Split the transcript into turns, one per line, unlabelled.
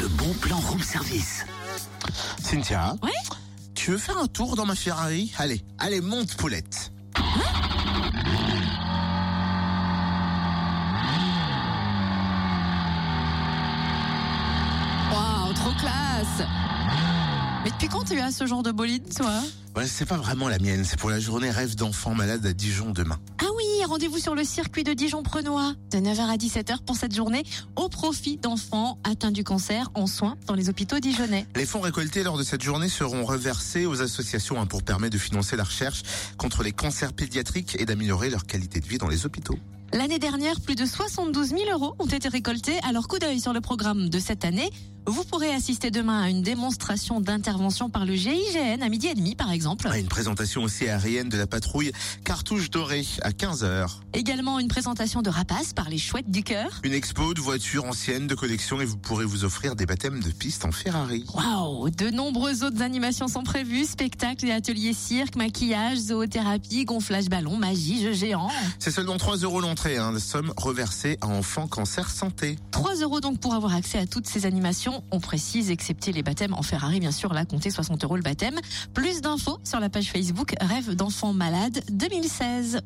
Le bon plan room service.
Cynthia,
Ouais
tu veux faire un tour dans ma Ferrari Allez, allez, monte Paulette.
Waouh, trop classe Mais depuis quand tu as ce genre de bolide, toi
Ouais, c'est pas vraiment la mienne, c'est pour la journée rêve d'enfant malade à Dijon demain.
Ah oui, rendez-vous sur le circuit de Dijon-Prenois de 9h à 17h pour cette journée au profit d'enfants atteints du cancer en soins dans les hôpitaux dijonnais.
Les fonds récoltés lors de cette journée seront reversés aux associations hein, pour permettre de financer la recherche contre les cancers pédiatriques et d'améliorer leur qualité de vie dans les hôpitaux.
L'année dernière, plus de 72 000 euros ont été récoltés. Alors coup d'œil sur le programme de cette année. Vous pourrez assister demain à une démonstration d'intervention par le GIGN à midi et demi, par exemple.
Ouais, Ah, une présentation aussi aérienne de la patrouille Cartouche Dorée à 15h.
Également une présentation de rapaces par les chouettes du cœur.
Une expo de voitures anciennes de collection et vous pourrez vous offrir des baptêmes de piste en Ferrari.
Waouh De nombreuses autres animations sont prévues, spectacles et ateliers cirque, maquillage, zoothérapie, gonflage ballon, magie, jeux géants.
C'est seulement 3 euros l'entrée, hein, la somme reversée à Enfants Cancer Santé.
3 euros donc pour avoir accès à toutes ces animations. On précise, excepté les baptêmes en Ferrari, bien sûr, là, comptez 60 euros le baptême. Plus d'infos sur la page Facebook Rêve d'enfants malades 2016.